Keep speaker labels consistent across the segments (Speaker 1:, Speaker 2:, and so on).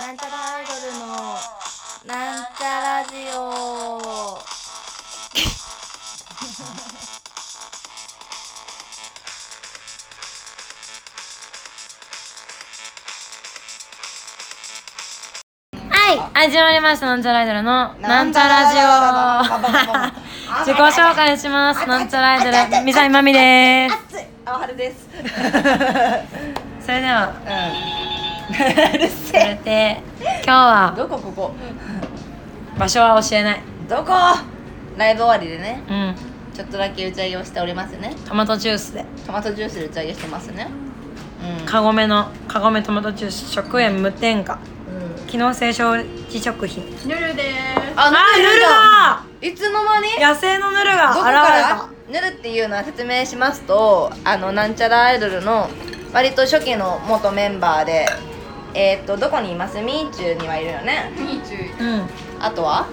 Speaker 1: なんちゃらアイドルのなんちゃラジオ
Speaker 2: はい、始まりましたなんちゃらアイドルのなんちゃ
Speaker 1: な
Speaker 2: ラ
Speaker 1: んちゃら
Speaker 2: ジ
Speaker 1: ラ
Speaker 2: オ自己紹介しますなんちゃらアイドルみさみまみで
Speaker 1: 熱いあはるです
Speaker 2: すそれでは
Speaker 1: うんうる
Speaker 2: そ
Speaker 1: せえ
Speaker 2: れで今日は
Speaker 1: どこここ
Speaker 2: 場所は教えない
Speaker 1: どこライブ終わりでね
Speaker 2: うん
Speaker 1: ちょっとだけ打ち上げをしておりますね
Speaker 2: トマトジュースで
Speaker 1: トマトジュースで打ち上げしてますね
Speaker 2: カゴメのカゴメトマトジュース食塩無添加
Speaker 1: うん、うん、
Speaker 2: 機能性消費食品
Speaker 3: ぬるでーす
Speaker 1: あ
Speaker 2: あ
Speaker 1: ヌル
Speaker 2: あ
Speaker 1: いつの間に
Speaker 2: ヌルだ野生のヌル
Speaker 1: どこか
Speaker 2: が
Speaker 1: らヌ
Speaker 2: 現
Speaker 1: ルっていうのは説明しますとあのなんちゃらアイドルの割と初期の元メンバーでえーっとどこにいますみーちゅーにはいるよね
Speaker 3: 二十
Speaker 2: れた うん
Speaker 1: あとは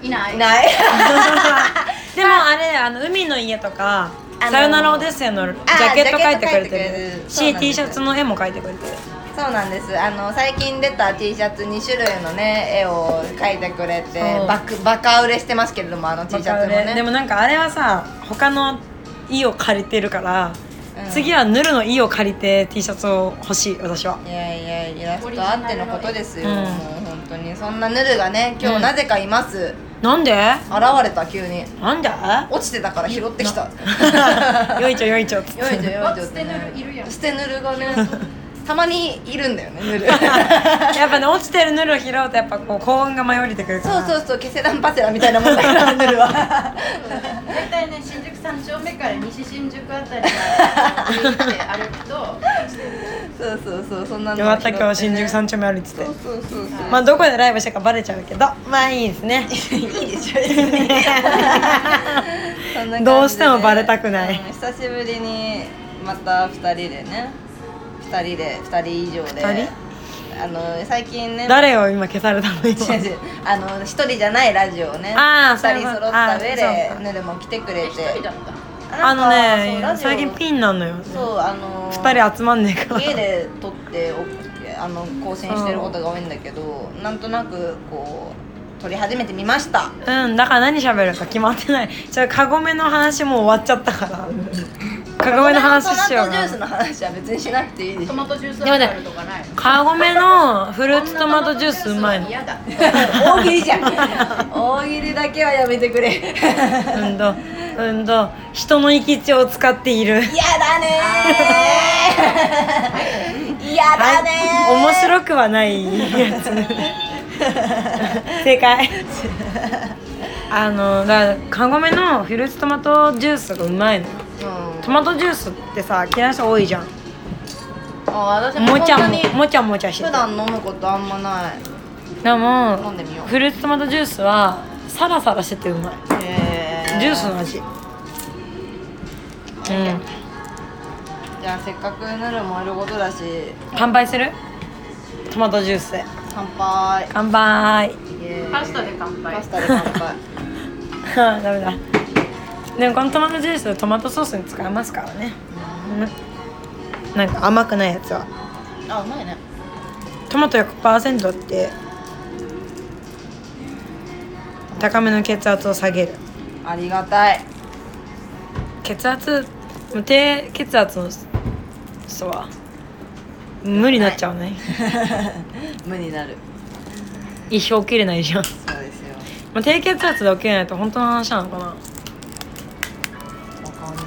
Speaker 3: 以内
Speaker 1: いない
Speaker 2: でもあれあの海の家とか「
Speaker 1: あの
Speaker 2: さよならオデッセイ」のジャケット描いてくれ
Speaker 1: ジャケット描いて
Speaker 2: て
Speaker 1: くれ
Speaker 2: る
Speaker 1: るそうなんで
Speaker 2: し
Speaker 1: す
Speaker 2: T シャツの絵も描いてくれてる
Speaker 1: そうなんですあの最近出た T シャツ2種類のね絵を描いてくれて
Speaker 2: そう
Speaker 1: バクバカ売れしてますけれどもあの T シャツも
Speaker 2: わかる
Speaker 1: ね
Speaker 2: ねでもなんかあれはさ他の意を借りてるか
Speaker 1: う
Speaker 2: ら、
Speaker 1: ん
Speaker 2: 次はヌルの意を借りて T シャツを欲しい私はい
Speaker 1: やいやイラストあってのことですよ、
Speaker 2: うん
Speaker 1: もう本当にそんなヌルがね今日なぜかいます、現
Speaker 2: なんで
Speaker 1: れた急に
Speaker 2: な んで
Speaker 1: 落ちてたから拾ってきた
Speaker 2: よいちょよいちょっつって
Speaker 1: よいちょよいちょ
Speaker 3: あ捨てぬるいるやん
Speaker 1: 捨てぬる がねたまにいるんだよねぬる
Speaker 2: やっぱね落ちてるヌルを拾うとやっぱこう幸運が舞い降りてくるか
Speaker 1: そ
Speaker 2: ら
Speaker 1: うそうそうケセランパセラみたいなもんだからぬるは
Speaker 3: 大体ね新宿三丁目から西新宿あたりまで行って歩くと
Speaker 1: そうそうそうそんなの
Speaker 2: よかった今日新宿
Speaker 1: ん
Speaker 2: 三丁目歩いてて
Speaker 1: そうそうそうそう
Speaker 2: まあどこでライブしたかバレちゃうけどまあいいです ね
Speaker 1: いいでしょ別にそんな感じで
Speaker 2: どうしてもバレたくない
Speaker 1: うん久しぶりにまた2人でね2人で2人以上で
Speaker 2: 二人
Speaker 1: あの最近ね
Speaker 2: 誰を今消されたの今
Speaker 1: 違う違う あの一人じゃないラジオをね
Speaker 2: あー
Speaker 1: 二人揃った上
Speaker 2: そういう
Speaker 1: で
Speaker 2: ことあーそうか
Speaker 1: ヌルも来てくれ
Speaker 3: え
Speaker 1: て
Speaker 3: 一人だった
Speaker 2: あの
Speaker 1: なん
Speaker 2: ね
Speaker 1: かそう
Speaker 2: 最近ピンなんのよ
Speaker 1: そうあの
Speaker 2: 2人集まんねえから
Speaker 1: 家で撮っておあの更新してることが多いんだけどなんとなくこう撮り始めてみました
Speaker 2: うん、だから何喋るか決まってない。じゃあカゴメの話もう終わっちゃったから。カゴメの話しよう
Speaker 1: トマトジュース
Speaker 2: な。
Speaker 1: の話は別にしなくていいでしょ
Speaker 3: トマトジュース
Speaker 2: でもね
Speaker 3: あるとかない
Speaker 2: カゴメのフルーツトマトジュースうまいの。
Speaker 3: 嫌だ
Speaker 1: 大喜利じゃん大喜利だけはやめてくれ嫌
Speaker 2: うんと、うんと、人の生き血を使っている。
Speaker 1: だねー嫌だねー
Speaker 2: 面白くはないやつ。正解。あの、だからカゴメのフルーツトマトジュースがうまいの。
Speaker 1: うん
Speaker 2: トマトジュースってさ、嫌いな人多いじゃん。
Speaker 1: あ私も
Speaker 2: もちゃ
Speaker 1: 本当
Speaker 2: も
Speaker 1: に、
Speaker 2: もちゃもちゃして
Speaker 1: 普
Speaker 2: て。
Speaker 1: 段飲むことあんまない
Speaker 2: でも
Speaker 1: 飲んでみよう
Speaker 2: フルーツトマトジュースはサラサラしててうまいジュースの
Speaker 1: の
Speaker 2: 味うん
Speaker 1: じゃあせっかくヌルもいることだし
Speaker 2: 乾杯するトマトジュースで
Speaker 1: 乾杯
Speaker 2: 乾杯
Speaker 1: イ エーイ
Speaker 3: パスタで乾杯
Speaker 1: パスタで乾杯
Speaker 2: ダメだでもこのトマトジューストマトソースに使えますからね、うん、なんか甘くないやつは
Speaker 1: あうまいね
Speaker 2: トマト100%って高めの血圧を下げる
Speaker 1: ありがたい
Speaker 2: 血圧無低血圧の人は無理になっちゃうね
Speaker 1: 無になる
Speaker 2: 一生起きれないじゃん、
Speaker 1: そうですよ
Speaker 2: まあ、低血圧で起きれないと本当の話なのかな
Speaker 1: わかんない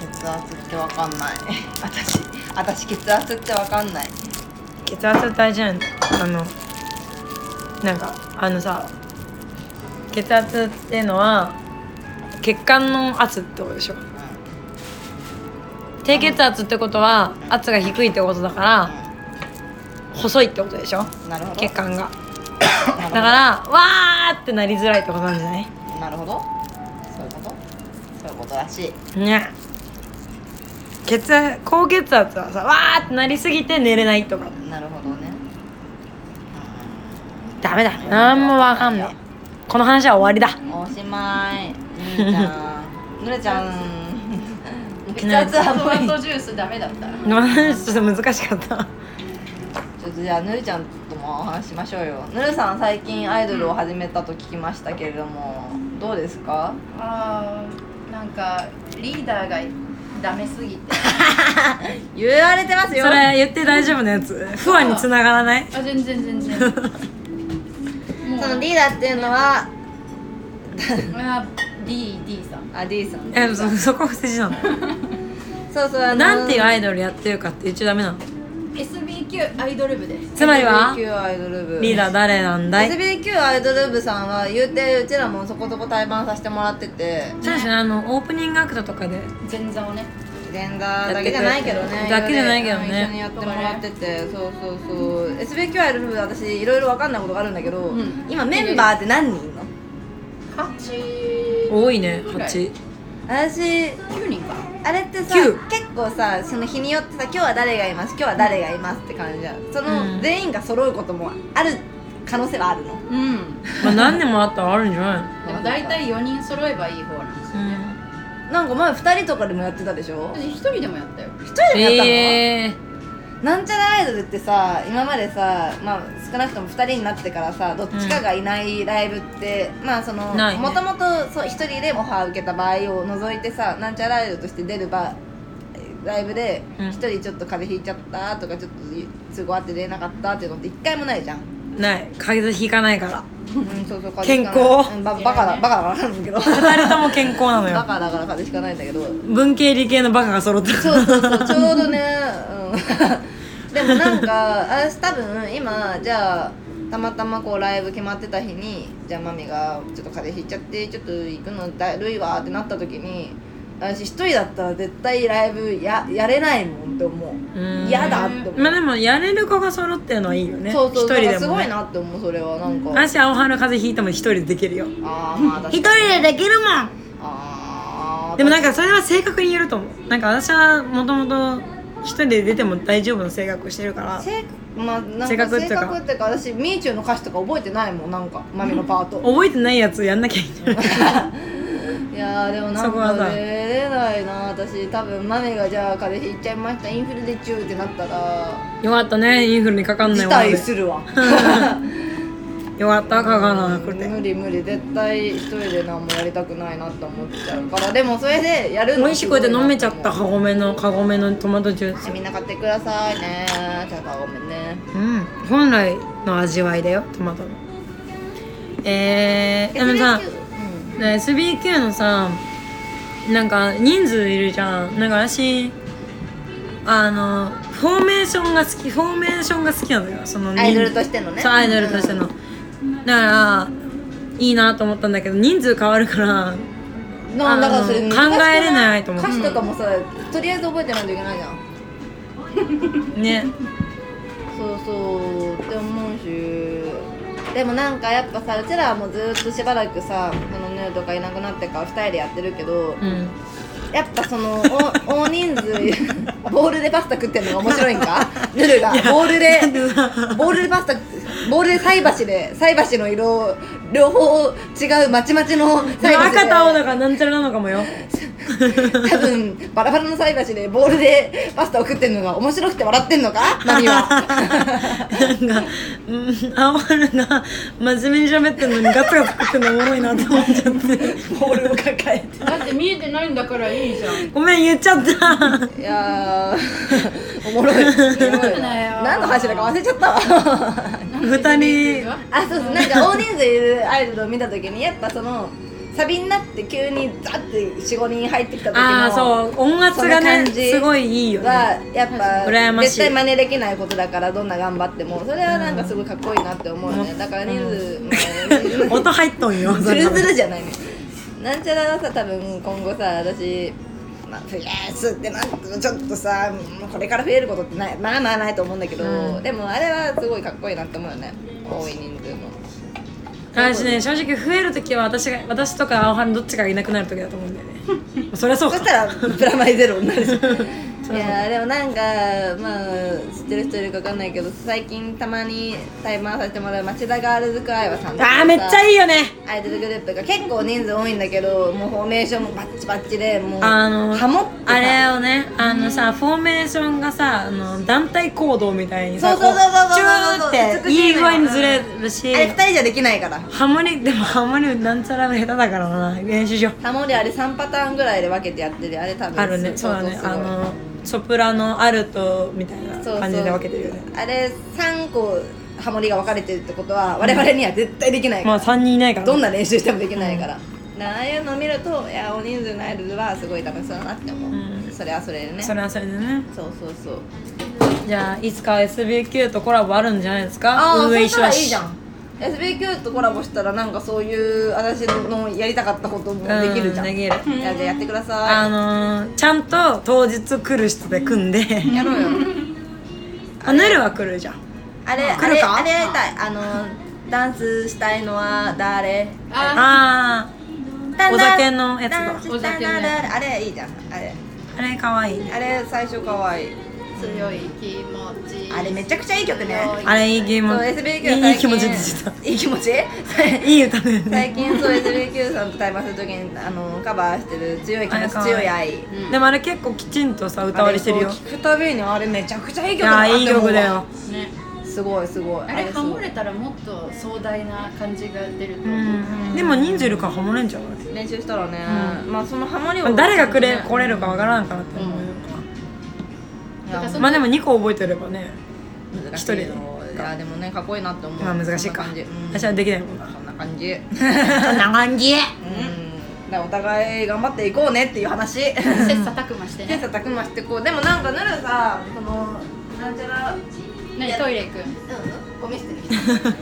Speaker 1: 血圧ってわかんない 私私血圧ってわかんない
Speaker 2: 血圧大事なんだあのなんかあのさ血圧っていうのは血管の圧ってことでしょ低血圧ってことは圧が低いってことだから細いってことでしょ
Speaker 1: なるほど
Speaker 2: 血管がだ
Speaker 1: な
Speaker 2: か
Speaker 1: る
Speaker 2: らわーってなりづらいってことなんじゃない
Speaker 1: ほどなるほどそういうことそういうことらしい
Speaker 2: ね血圧高血圧はさわーってなりすぎて寝れないとか
Speaker 1: なるほどね
Speaker 2: ダメだなんもわかんないこの話は終わりだ
Speaker 1: おしまいぬれちゃ んぬれちゃん血
Speaker 2: きなり
Speaker 1: 圧は
Speaker 3: ト
Speaker 1: 無理
Speaker 3: マトジュースダメだった
Speaker 2: 今の話ちょっと難しかった
Speaker 1: ちょっとじゃあぬれちゃんともも話しましょうよぬるさん最近アイドルを始めたと聞きましたけれどもどうですか
Speaker 3: あーなんかリーダーがダメすぎて
Speaker 1: 言われてますよ
Speaker 2: それ 言って大丈夫なやつ不安につながらない
Speaker 3: あ全然全然も
Speaker 1: そうのリーダーっていうのは
Speaker 3: あ DD さん
Speaker 1: あ D さん
Speaker 2: えそそこ不正事なの
Speaker 1: そうそうあの
Speaker 2: なんていうアイドルやってるかって言っちゃダメなの
Speaker 3: SBQ アイドル部です
Speaker 2: つまりは
Speaker 1: SBQ アイドル部
Speaker 2: リーダー誰なんだい
Speaker 1: SBQ アイドル部さんは言うてうちらもそこそこ対バンさせてもらってて
Speaker 2: そうですねあのオープニングアクトとかで
Speaker 3: 前座をね
Speaker 1: 前座だけじゃないけどね
Speaker 2: だけじゃないけどね
Speaker 1: 一緒にやってもらっててそうそうそう SBQ アイドル部私いろいろ分かんないことがあるんだけど、
Speaker 3: ん
Speaker 1: 今メンバーって何人いんの
Speaker 3: 89
Speaker 2: 多いね8
Speaker 1: 私
Speaker 3: 人か
Speaker 1: あれってさ
Speaker 2: 九
Speaker 1: 結構さその日によってさ今日は誰がいます今日は誰がいますって感じじゃんその、
Speaker 2: うん
Speaker 1: 全員が揃うこともある可能性はあるの
Speaker 3: うん
Speaker 2: まあ何年もあったらあるんじゃないの
Speaker 3: でも大体4人揃えばいい方なんですよね
Speaker 1: なんか前2人とかでもやってたでしょ
Speaker 3: 1人でもやったよ
Speaker 1: 1人
Speaker 2: うん
Speaker 1: でもやったの、
Speaker 2: ええ
Speaker 1: なんちゃらアイドルってさ今までさ、まあ、少なくとも2人になってからさどっちかがいないライブって、まあその
Speaker 2: ないね
Speaker 1: もともと1人でオファー受けた場合を除いてさなんちゃらアイドルとして出る場ライブで
Speaker 2: うん
Speaker 1: 1人ちょっと風邪ひいちゃったとかちょっと都合あって出れなかったっていうのって1回もないじゃん、
Speaker 2: ない風邪ひかないから
Speaker 1: うん、そうそう
Speaker 2: 健康
Speaker 1: 風邪ひかないうんばバカだバカだからなんだけど
Speaker 2: 二人とも健康なの
Speaker 1: バ
Speaker 2: よ
Speaker 1: カだから風邪ひかないんだけど
Speaker 2: 文系理系のバカが揃ってる
Speaker 1: そうそうそうちょうどね、うん、 でもなんか私多分今じゃあたまたまこうライブ決まってた日にじゃあマミがちょっと風邪ひいちゃってちょっと行くのだるいわってなった時に私一人だったら絶対ライブややれないもんって思う
Speaker 2: うん
Speaker 1: 嫌だって思う、
Speaker 2: まあでもやれる子が揃ってるのはいいよね
Speaker 1: そうそう
Speaker 2: 一人
Speaker 1: なん
Speaker 2: で
Speaker 1: かす
Speaker 2: も
Speaker 1: ごい
Speaker 2: ね
Speaker 1: なって思うそれはなんか
Speaker 2: 私青春風邪ひいても一人でできるよ
Speaker 1: ああまあ
Speaker 2: 一
Speaker 1: 確
Speaker 2: 人
Speaker 1: かに
Speaker 2: でできるもん
Speaker 1: あー
Speaker 2: でもなんかそれは正確に言えると思うなんか私はもともと一人で出ても大丈夫な性格をしてるから
Speaker 1: 性格まあなんか
Speaker 2: 性
Speaker 1: 性
Speaker 2: 格
Speaker 1: 格
Speaker 2: っ
Speaker 1: って
Speaker 2: い
Speaker 1: て
Speaker 2: う
Speaker 1: いう
Speaker 2: か
Speaker 1: か私みーちゅーの歌詞とか覚えてないもんなんかマミのパート
Speaker 2: 覚えてないやつやんなきゃいいんじゃない
Speaker 1: いやーでもな
Speaker 2: そ
Speaker 1: ん
Speaker 2: こは
Speaker 1: か
Speaker 2: さ
Speaker 1: 出れないな私多分マネがじゃあ風邪ひいちゃいましたインフルで中ってなったら
Speaker 2: よかったねインフルにかかんない
Speaker 1: 辞
Speaker 2: もので
Speaker 1: 退するわ
Speaker 2: よかったかかんなく て
Speaker 1: 無理無理絶対一人で何もやりたくないなって思っちゃうからでもそれでやる
Speaker 2: 美
Speaker 1: の
Speaker 2: 味しくて飲めちゃった
Speaker 1: す
Speaker 2: カ
Speaker 1: ごいな
Speaker 2: ゴメのカゴメのトマトジュー
Speaker 1: と
Speaker 2: ス
Speaker 1: 思うみんな買ってくださいねじゃあごめんね
Speaker 2: うん本来の味わいだよトマトのえー、でもさ
Speaker 1: SBQ うん
Speaker 2: ね SBQ のさなんか人数いるじゃんなんか私あのフォーメーションが好きフォーメーションが好きなのよその人
Speaker 1: アイドルとしてのね
Speaker 2: そうアイドルとしての、だからいいなと思ったんだけど人数変わるから
Speaker 1: なだからそれ
Speaker 2: あ
Speaker 1: 難
Speaker 2: の
Speaker 1: しくない
Speaker 2: 考えれないと思う
Speaker 1: 歌詞とかもさとりあえず覚えてないといけないじゃん
Speaker 2: ね
Speaker 1: そうそうって思うしでもなんかやっぱさうちらはもうずーっとしばらくさそのヌーとかいなくなってから2人でやってるけど、
Speaker 2: うん
Speaker 1: やっぱその お大人数ボールでパスタ食ってるのが面白いん かヌルがボールでボールでパスタボールで菜箸で菜箸の色を両方違うまちまちの菜箸で
Speaker 2: 赤と青だからなんちゃらなのかもよ
Speaker 1: 多分バラバラの菜箸でボールでパスタを食ってるのが面白くて笑ってんのかマミ は
Speaker 2: なんか、うん、青春が真面目に喋ってるのにガツガツ食ってるのおもろいなって思っちゃって
Speaker 1: ボールを抱えて
Speaker 3: だって見えてないんだからいいじゃん
Speaker 2: ごめん言っちゃった
Speaker 1: いやー おもろいおもろいな何の話だか忘れちゃったわ
Speaker 2: 二人
Speaker 1: あそうそうなんか大人数いるアイドルを見た時にやっぱそのサビになって急にザッて45人入ってきた時の
Speaker 2: ああそう音圧がね
Speaker 1: その感じ
Speaker 2: すごいいいよね
Speaker 1: はやっ
Speaker 2: 羨
Speaker 1: ぱ
Speaker 2: ましい
Speaker 1: 絶対真似できないことだからどんな頑張ってもそれはなんかすごいかっこいいなって思うよねだから人数もう
Speaker 2: 音入っとんよ
Speaker 1: ズルズ
Speaker 2: そんな
Speaker 1: ルじゃないのなんちゃらはさ多分今後さ私まあ、増やすってなんかちょっとさもうこれから増えることってないまあまあないと思うんだけど、
Speaker 2: うん
Speaker 1: でもあれはすごいかっこいいなって思うよね多い人数の
Speaker 2: の私ね正直増える時は私が私とか青春どっちかがいなくなる時だと思うんだよねそりゃそう
Speaker 1: そし
Speaker 2: か
Speaker 1: たらプラマイゼロになるじゃん
Speaker 2: そう
Speaker 1: いやでもなんかまあ素ってる人いるか分かんないけど最近たまに対バンさせてもらう町田ガールズクアイワさんっていうさ
Speaker 2: あーめっちゃいいよね
Speaker 1: アイドルグループが結構人数多いんだけどもうフォーメーションもバッチバッチでもう
Speaker 2: あの
Speaker 1: ハモってさ
Speaker 2: あれをねあのさフォーメーションがさあの団体行動みたいにさ
Speaker 1: そうそうそうそうそう
Speaker 2: こチューっていい具合にずれるし
Speaker 1: あれ2人じゃできないから
Speaker 2: ハモリでもハモリなんちゃら下手だからな練習しよう
Speaker 1: ハモリあれ3パターンぐらいで分けてやってるあれ多分
Speaker 2: あるねそうだね
Speaker 1: 相当す
Speaker 2: あ
Speaker 1: ごい
Speaker 2: のソプラノアルトみたいな
Speaker 1: そうそう
Speaker 2: 感じで分けてるよね
Speaker 1: あれ3個ハモリが分かれてるってことは我々には絶対できないから、
Speaker 2: まあ3人いないから
Speaker 1: どんな練習してもできないから、なああいうのを見るといやお人数のアイドルはすごい楽しそうだなって思う、
Speaker 2: うん
Speaker 1: それはそれでね
Speaker 2: それはそれでね
Speaker 1: そうそうそう
Speaker 2: じゃあいつか SBQ とコラボあるんじゃないですか
Speaker 1: ああそ
Speaker 2: 運営
Speaker 1: し
Speaker 2: したわ
Speaker 1: らいい
Speaker 2: し
Speaker 1: じゃん SBQ とコラボしたらなんかそういう私のやりたかったこともできるじゃん
Speaker 2: うんでき
Speaker 1: い
Speaker 2: る
Speaker 1: やじゃあやってくださ
Speaker 2: あ
Speaker 1: い
Speaker 2: のーちゃんと当日来る人で組んで
Speaker 1: やろうよ
Speaker 2: あヌルは来るじゃん
Speaker 1: あれあれ
Speaker 2: 来るか
Speaker 1: あれやりたいあのダンスしたいのは誰
Speaker 3: あ
Speaker 2: あお酒のやつだ
Speaker 1: ダンスしたいのは誰あれいいじゃんあれ
Speaker 2: ーあれかわいいね
Speaker 1: あれ最初かわいい
Speaker 3: 強い気持ち
Speaker 1: あれめちゃくちゃいい曲ね
Speaker 2: あれいいゲー
Speaker 1: そう
Speaker 2: ム
Speaker 1: SBQ
Speaker 2: いいいい気持ちでし
Speaker 1: したたいい気持ち
Speaker 2: いい歌だよね
Speaker 1: 最近そう SBQ さんと対話するときにあのカバーしてる強い気
Speaker 2: あ
Speaker 1: 持
Speaker 2: れ
Speaker 1: ち
Speaker 2: かわいい
Speaker 1: 強い愛
Speaker 3: うん
Speaker 2: でもあれ結構きちんとさ歌割りしてるよ
Speaker 1: あれそう聞くたびにあれめちゃくちゃいい
Speaker 2: い
Speaker 1: 曲だな
Speaker 2: や
Speaker 1: って
Speaker 2: ーいい
Speaker 1: 思うわ
Speaker 2: 曲だよ
Speaker 3: ね
Speaker 1: すごいすごい
Speaker 3: あれ
Speaker 1: すご
Speaker 3: ハ
Speaker 1: い
Speaker 3: モれたらもっと壮大な感じが出ると
Speaker 2: う
Speaker 3: 思う、
Speaker 2: んでも人数いるからハモれんじゃん
Speaker 1: 練習したらね、まあそのハモリを、
Speaker 2: 誰がくれ
Speaker 1: ね
Speaker 2: 来れるかわからんからって思うよ
Speaker 1: い
Speaker 3: だから
Speaker 1: や
Speaker 3: その
Speaker 2: まあでも2個覚えてればね
Speaker 1: 難しい
Speaker 2: 一人で
Speaker 1: よいやでもねかっこいいなって思う
Speaker 2: まあ難しいか
Speaker 1: そんな感じ、うん、
Speaker 2: 私はできないもんな
Speaker 1: そんな感じうん
Speaker 2: そんな感 じ
Speaker 1: だからお互い頑張っていこうねっていう話
Speaker 3: 切磋琢磨して
Speaker 1: 切
Speaker 3: ね
Speaker 1: 磋琢磨してこうでもなんかぬるさそのなんちゃら
Speaker 3: 何トイレ行く
Speaker 1: うんゴミ捨てる人なんか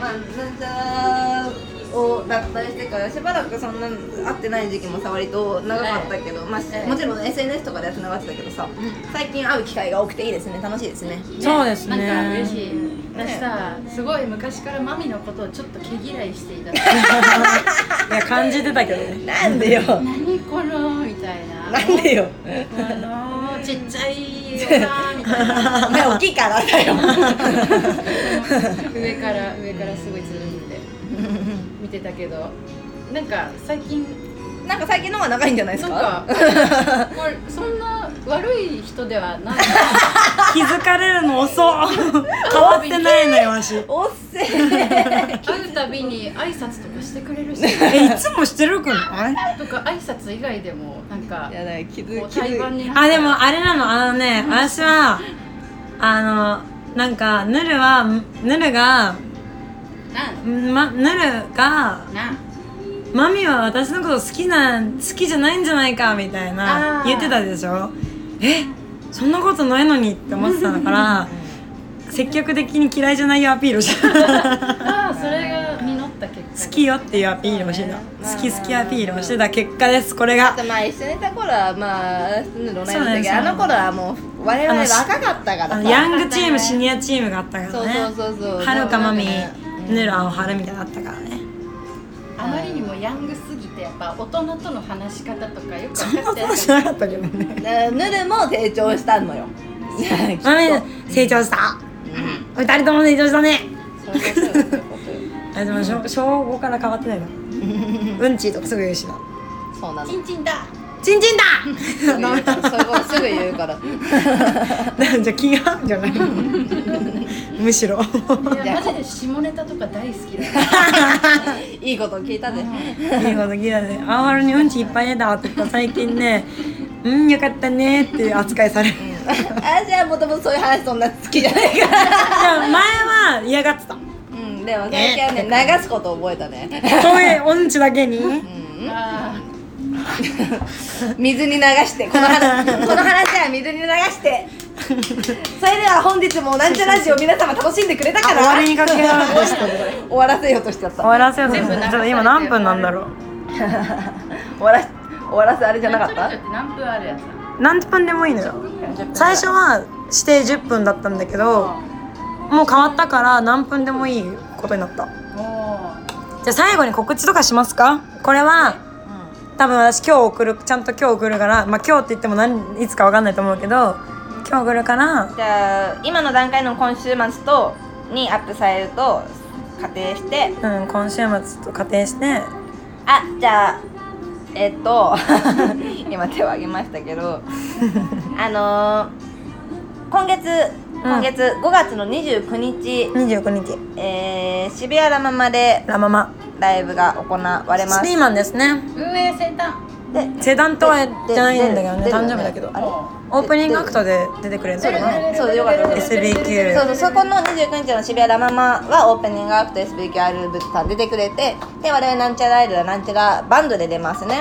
Speaker 1: まあなんちゃらを脱退してからしばらくそんな会ってない時期もさ割と長かったけど、まあし
Speaker 3: はい
Speaker 1: もちろん SNS とかではつながってたけどさ、
Speaker 3: ん
Speaker 1: 最近会う機会が多くていいですね楽しいですね
Speaker 3: ね
Speaker 2: そうですね
Speaker 3: なんか嬉しい私さすごい昔からマミのことをちょっと毛嫌いしていた
Speaker 2: いや感じてたけどね
Speaker 1: なんでよ
Speaker 3: 何このみたいな
Speaker 1: な んでよ
Speaker 3: あのちっちゃいよなみたいな
Speaker 1: お前大きいからだよ
Speaker 3: 上から上からすごいずるって見てたけどなんか最近
Speaker 1: なんか最近の方が長いんじゃないです
Speaker 3: なん
Speaker 1: か
Speaker 3: かもうそんな悪い人ではない
Speaker 2: 気づかれるの遅っ変わってないのよわし
Speaker 1: おっせー
Speaker 3: 会うたびに挨拶とかしてくれるし
Speaker 2: えいつもしてるくない
Speaker 3: とか挨拶以外でもなんか
Speaker 1: やだよ気づ
Speaker 3: こう
Speaker 1: 気
Speaker 3: 対
Speaker 1: づ
Speaker 3: バンに
Speaker 2: あでもあれなのあのね私はあのなんかヌルはヌルが
Speaker 3: なん
Speaker 2: まヌルが
Speaker 3: なん
Speaker 2: マミは私のこと好きなん好きじゃないんじゃないかみたい
Speaker 3: あ
Speaker 2: な
Speaker 3: ー
Speaker 2: 言ってたでしょえそんなことないのにって思ってたから積極的に嫌いじゃないよアピールをして
Speaker 3: ああそれが実った結
Speaker 2: 好
Speaker 3: 果
Speaker 2: きよっていうアピールをしてた好き好きアピールをしてた結果ですこれ
Speaker 1: あ
Speaker 2: が
Speaker 1: とまあ一緒にいた頃はまあ同い年
Speaker 2: そう
Speaker 1: だ
Speaker 2: ね
Speaker 1: け
Speaker 2: そう
Speaker 1: どあの頃はもう我々
Speaker 2: あのし
Speaker 1: 若かったから
Speaker 2: あ
Speaker 1: さ
Speaker 2: のヤングチームシニアチームがあったからね
Speaker 1: そうそうそうそう
Speaker 2: はるかまみ
Speaker 1: ねうん
Speaker 2: ぬるあおはるみたいなのあったから ね
Speaker 3: あまりにもヤングすぎてやっぱ大人との話し方とかよく
Speaker 2: そん
Speaker 3: 分
Speaker 2: な
Speaker 3: か
Speaker 2: こ
Speaker 3: ってない
Speaker 2: としなかったけどね
Speaker 1: なぬるも成長したのよきっと
Speaker 2: まみ成長した二人とも成長したね
Speaker 1: そういうことよそういうことよ
Speaker 2: あでも小小五から変わってないなうんちとかすぐ言うしな
Speaker 1: そうなの
Speaker 3: チンチンだ
Speaker 2: ちんちんだ
Speaker 1: すぐ言うからそういうことすぐ言うから
Speaker 2: じゃあ気が合うんじゃないむしろ
Speaker 3: いやマジで下ネタとか大好きだから
Speaker 1: いいこと聞いたで
Speaker 2: いいこと聞いたね「あわるにうんちいっぱい出た」って言ったら最近ね「うんよかったね」っていう扱いされる
Speaker 1: 私はもともとそういう話そんな好きじゃないから
Speaker 2: でも前は嫌がってた
Speaker 1: うんでも最近はね流すこと覚えたね
Speaker 2: 声うんちだけに
Speaker 1: うん
Speaker 3: あ
Speaker 1: 水に流してこの話 この話は水に流してそれでは本日もなんちゃラジオ皆様楽しんでくれた
Speaker 2: あ
Speaker 1: か
Speaker 2: 終
Speaker 1: ら
Speaker 2: わりにかけられましたね
Speaker 1: 終わらせようとしちゃった
Speaker 2: 終わらせようとし
Speaker 3: 全部流
Speaker 2: た
Speaker 3: されて
Speaker 2: ちょっと今何分なんだろ
Speaker 1: 終わらし終わらせあれじ
Speaker 3: あ
Speaker 1: ゃなかっ
Speaker 3: ちょ
Speaker 1: た
Speaker 3: って何分あるやつな
Speaker 2: う何分でもいいのよ最初は指定10分だったんだけどもう変わったから何分でもいいことになった
Speaker 3: のも
Speaker 2: じゃあ最後に告知とかしますかこれは多分私今日送るちゃんと今日送るからまあ今日って言っても何いつかわかんないと思うけど今日来るから
Speaker 1: じゃあ今の段階の今週末とにアップされると仮定して
Speaker 2: うん今週末と仮定して
Speaker 1: あじゃあえっと 今手を挙げましたけどあのー今月今月5月の29日、
Speaker 2: 29日
Speaker 1: えー渋谷ラママで
Speaker 2: ラママ
Speaker 1: ライブが行われま
Speaker 2: ス
Speaker 1: す
Speaker 2: リーマンですね
Speaker 3: 運営先端
Speaker 1: で
Speaker 2: セダンとはじゃないんだけど
Speaker 1: 出る
Speaker 2: ね
Speaker 1: 出る
Speaker 2: 誕生日だけど
Speaker 1: あれ
Speaker 2: オープニングアクトで出てくれるんだ
Speaker 1: 出
Speaker 2: よ
Speaker 1: るよ
Speaker 2: ね
Speaker 1: ねそうよかったです
Speaker 2: SBQ
Speaker 1: そうそうそこの29日の渋谷ラママはオープニングアクト SBQR ブッさん出てくれてで我々なんちゃらアイドルなんちゃらバンドで出ますね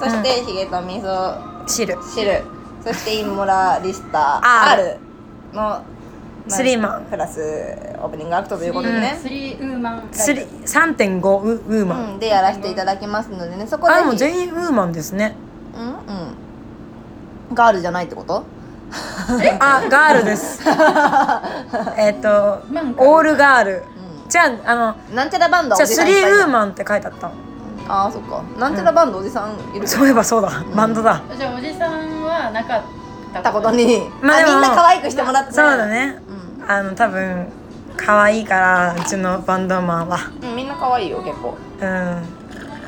Speaker 1: そして、ヒゲとみそ
Speaker 2: シル
Speaker 1: シルそしてインモラリスタ
Speaker 2: R
Speaker 1: R のまあ
Speaker 2: スリーマン
Speaker 1: プラスオープニングアクトということでね、
Speaker 3: スリーウーマン
Speaker 2: スリ3.5ウウー
Speaker 1: う
Speaker 2: マン
Speaker 1: んでやらせていただきますのでねそこで
Speaker 2: あもう全員ウーマンですね
Speaker 1: うんうんガールじゃないってこと
Speaker 2: あガールです えっと
Speaker 3: マンか
Speaker 2: オールガール
Speaker 1: う
Speaker 2: じゃああの
Speaker 1: なんちゃらバンドは
Speaker 2: じ
Speaker 1: お
Speaker 2: ゃあ
Speaker 1: じ
Speaker 2: ス
Speaker 1: さん
Speaker 2: リ
Speaker 1: いっぱいじ
Speaker 2: ーウ
Speaker 1: ゃ
Speaker 2: ー
Speaker 1: ん
Speaker 2: マンって書いてあったの
Speaker 1: あーそっかなんちゃらバンドおじさんいる
Speaker 2: そういえばそうだバンドだ
Speaker 3: じゃあおじさんはなかった
Speaker 1: たことに、
Speaker 2: まあ
Speaker 1: あ、
Speaker 2: でも
Speaker 1: みんな可愛くしてもらって、
Speaker 2: そうだね
Speaker 1: うん、
Speaker 2: あの多分可愛いからうちのバンドマンは
Speaker 1: うんみんな可愛いよ結構
Speaker 2: うん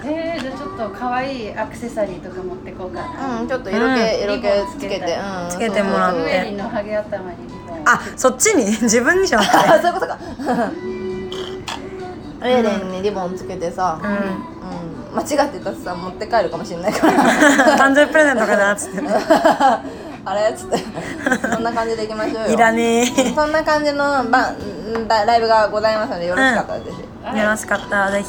Speaker 3: えー、じゃあちょっと可愛いアクセサリーとか持ってこうかな、
Speaker 1: うんちょっと色気、
Speaker 3: うん
Speaker 1: 色気つけて、うん、
Speaker 2: つけてもらっ
Speaker 1: そう
Speaker 3: ウ
Speaker 1: そう
Speaker 3: エ
Speaker 1: そう
Speaker 3: リンのハゲ頭にリボン
Speaker 2: あそっちに 自分にじゃなく て
Speaker 1: あそういうことかウエレンにリボンつけてさ、
Speaker 2: う
Speaker 1: うん
Speaker 2: ん
Speaker 1: 間違ってたしさ持って帰るかもしれないから
Speaker 2: 誕生日プレゼントかなっつってね
Speaker 1: あれっつってそんな感じでいきましょうよ
Speaker 2: いらね
Speaker 1: そんな感じのばんばライブがございますのでよろしかったらぜひ、
Speaker 2: えよろしかったらぜ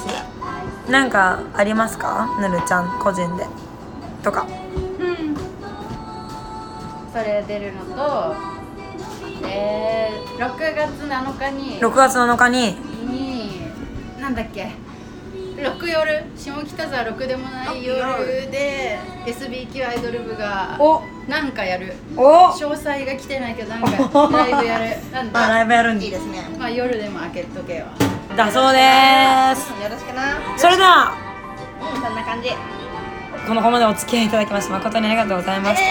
Speaker 2: ひなんかありますかぬるちゃん個人でとか
Speaker 3: うんそれ出るのとえー、6月7日に
Speaker 2: 6月7日に
Speaker 3: になんだっけ6夜下北沢6でもない夜で SBQ アイドル部が
Speaker 2: お
Speaker 3: なんかやる
Speaker 2: お
Speaker 3: 詳細が来てないけどなんかライブやるなん
Speaker 2: あ ライ
Speaker 3: だ
Speaker 2: ブやるん
Speaker 1: いい
Speaker 2: だ
Speaker 1: ですね
Speaker 3: まあ夜でも開けとけよ
Speaker 2: だそうです
Speaker 1: よろしくなうん
Speaker 2: それでは
Speaker 1: そんな感じ
Speaker 2: このこまでお付き合いいただきまして誠にありがとうございます、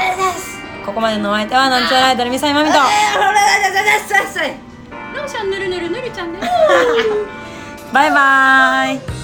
Speaker 2: ここまでのお相手はなんちゃらアイドルミサイマミと
Speaker 3: ローシャンぬるぬるぬるちゃんです
Speaker 2: バイバーイ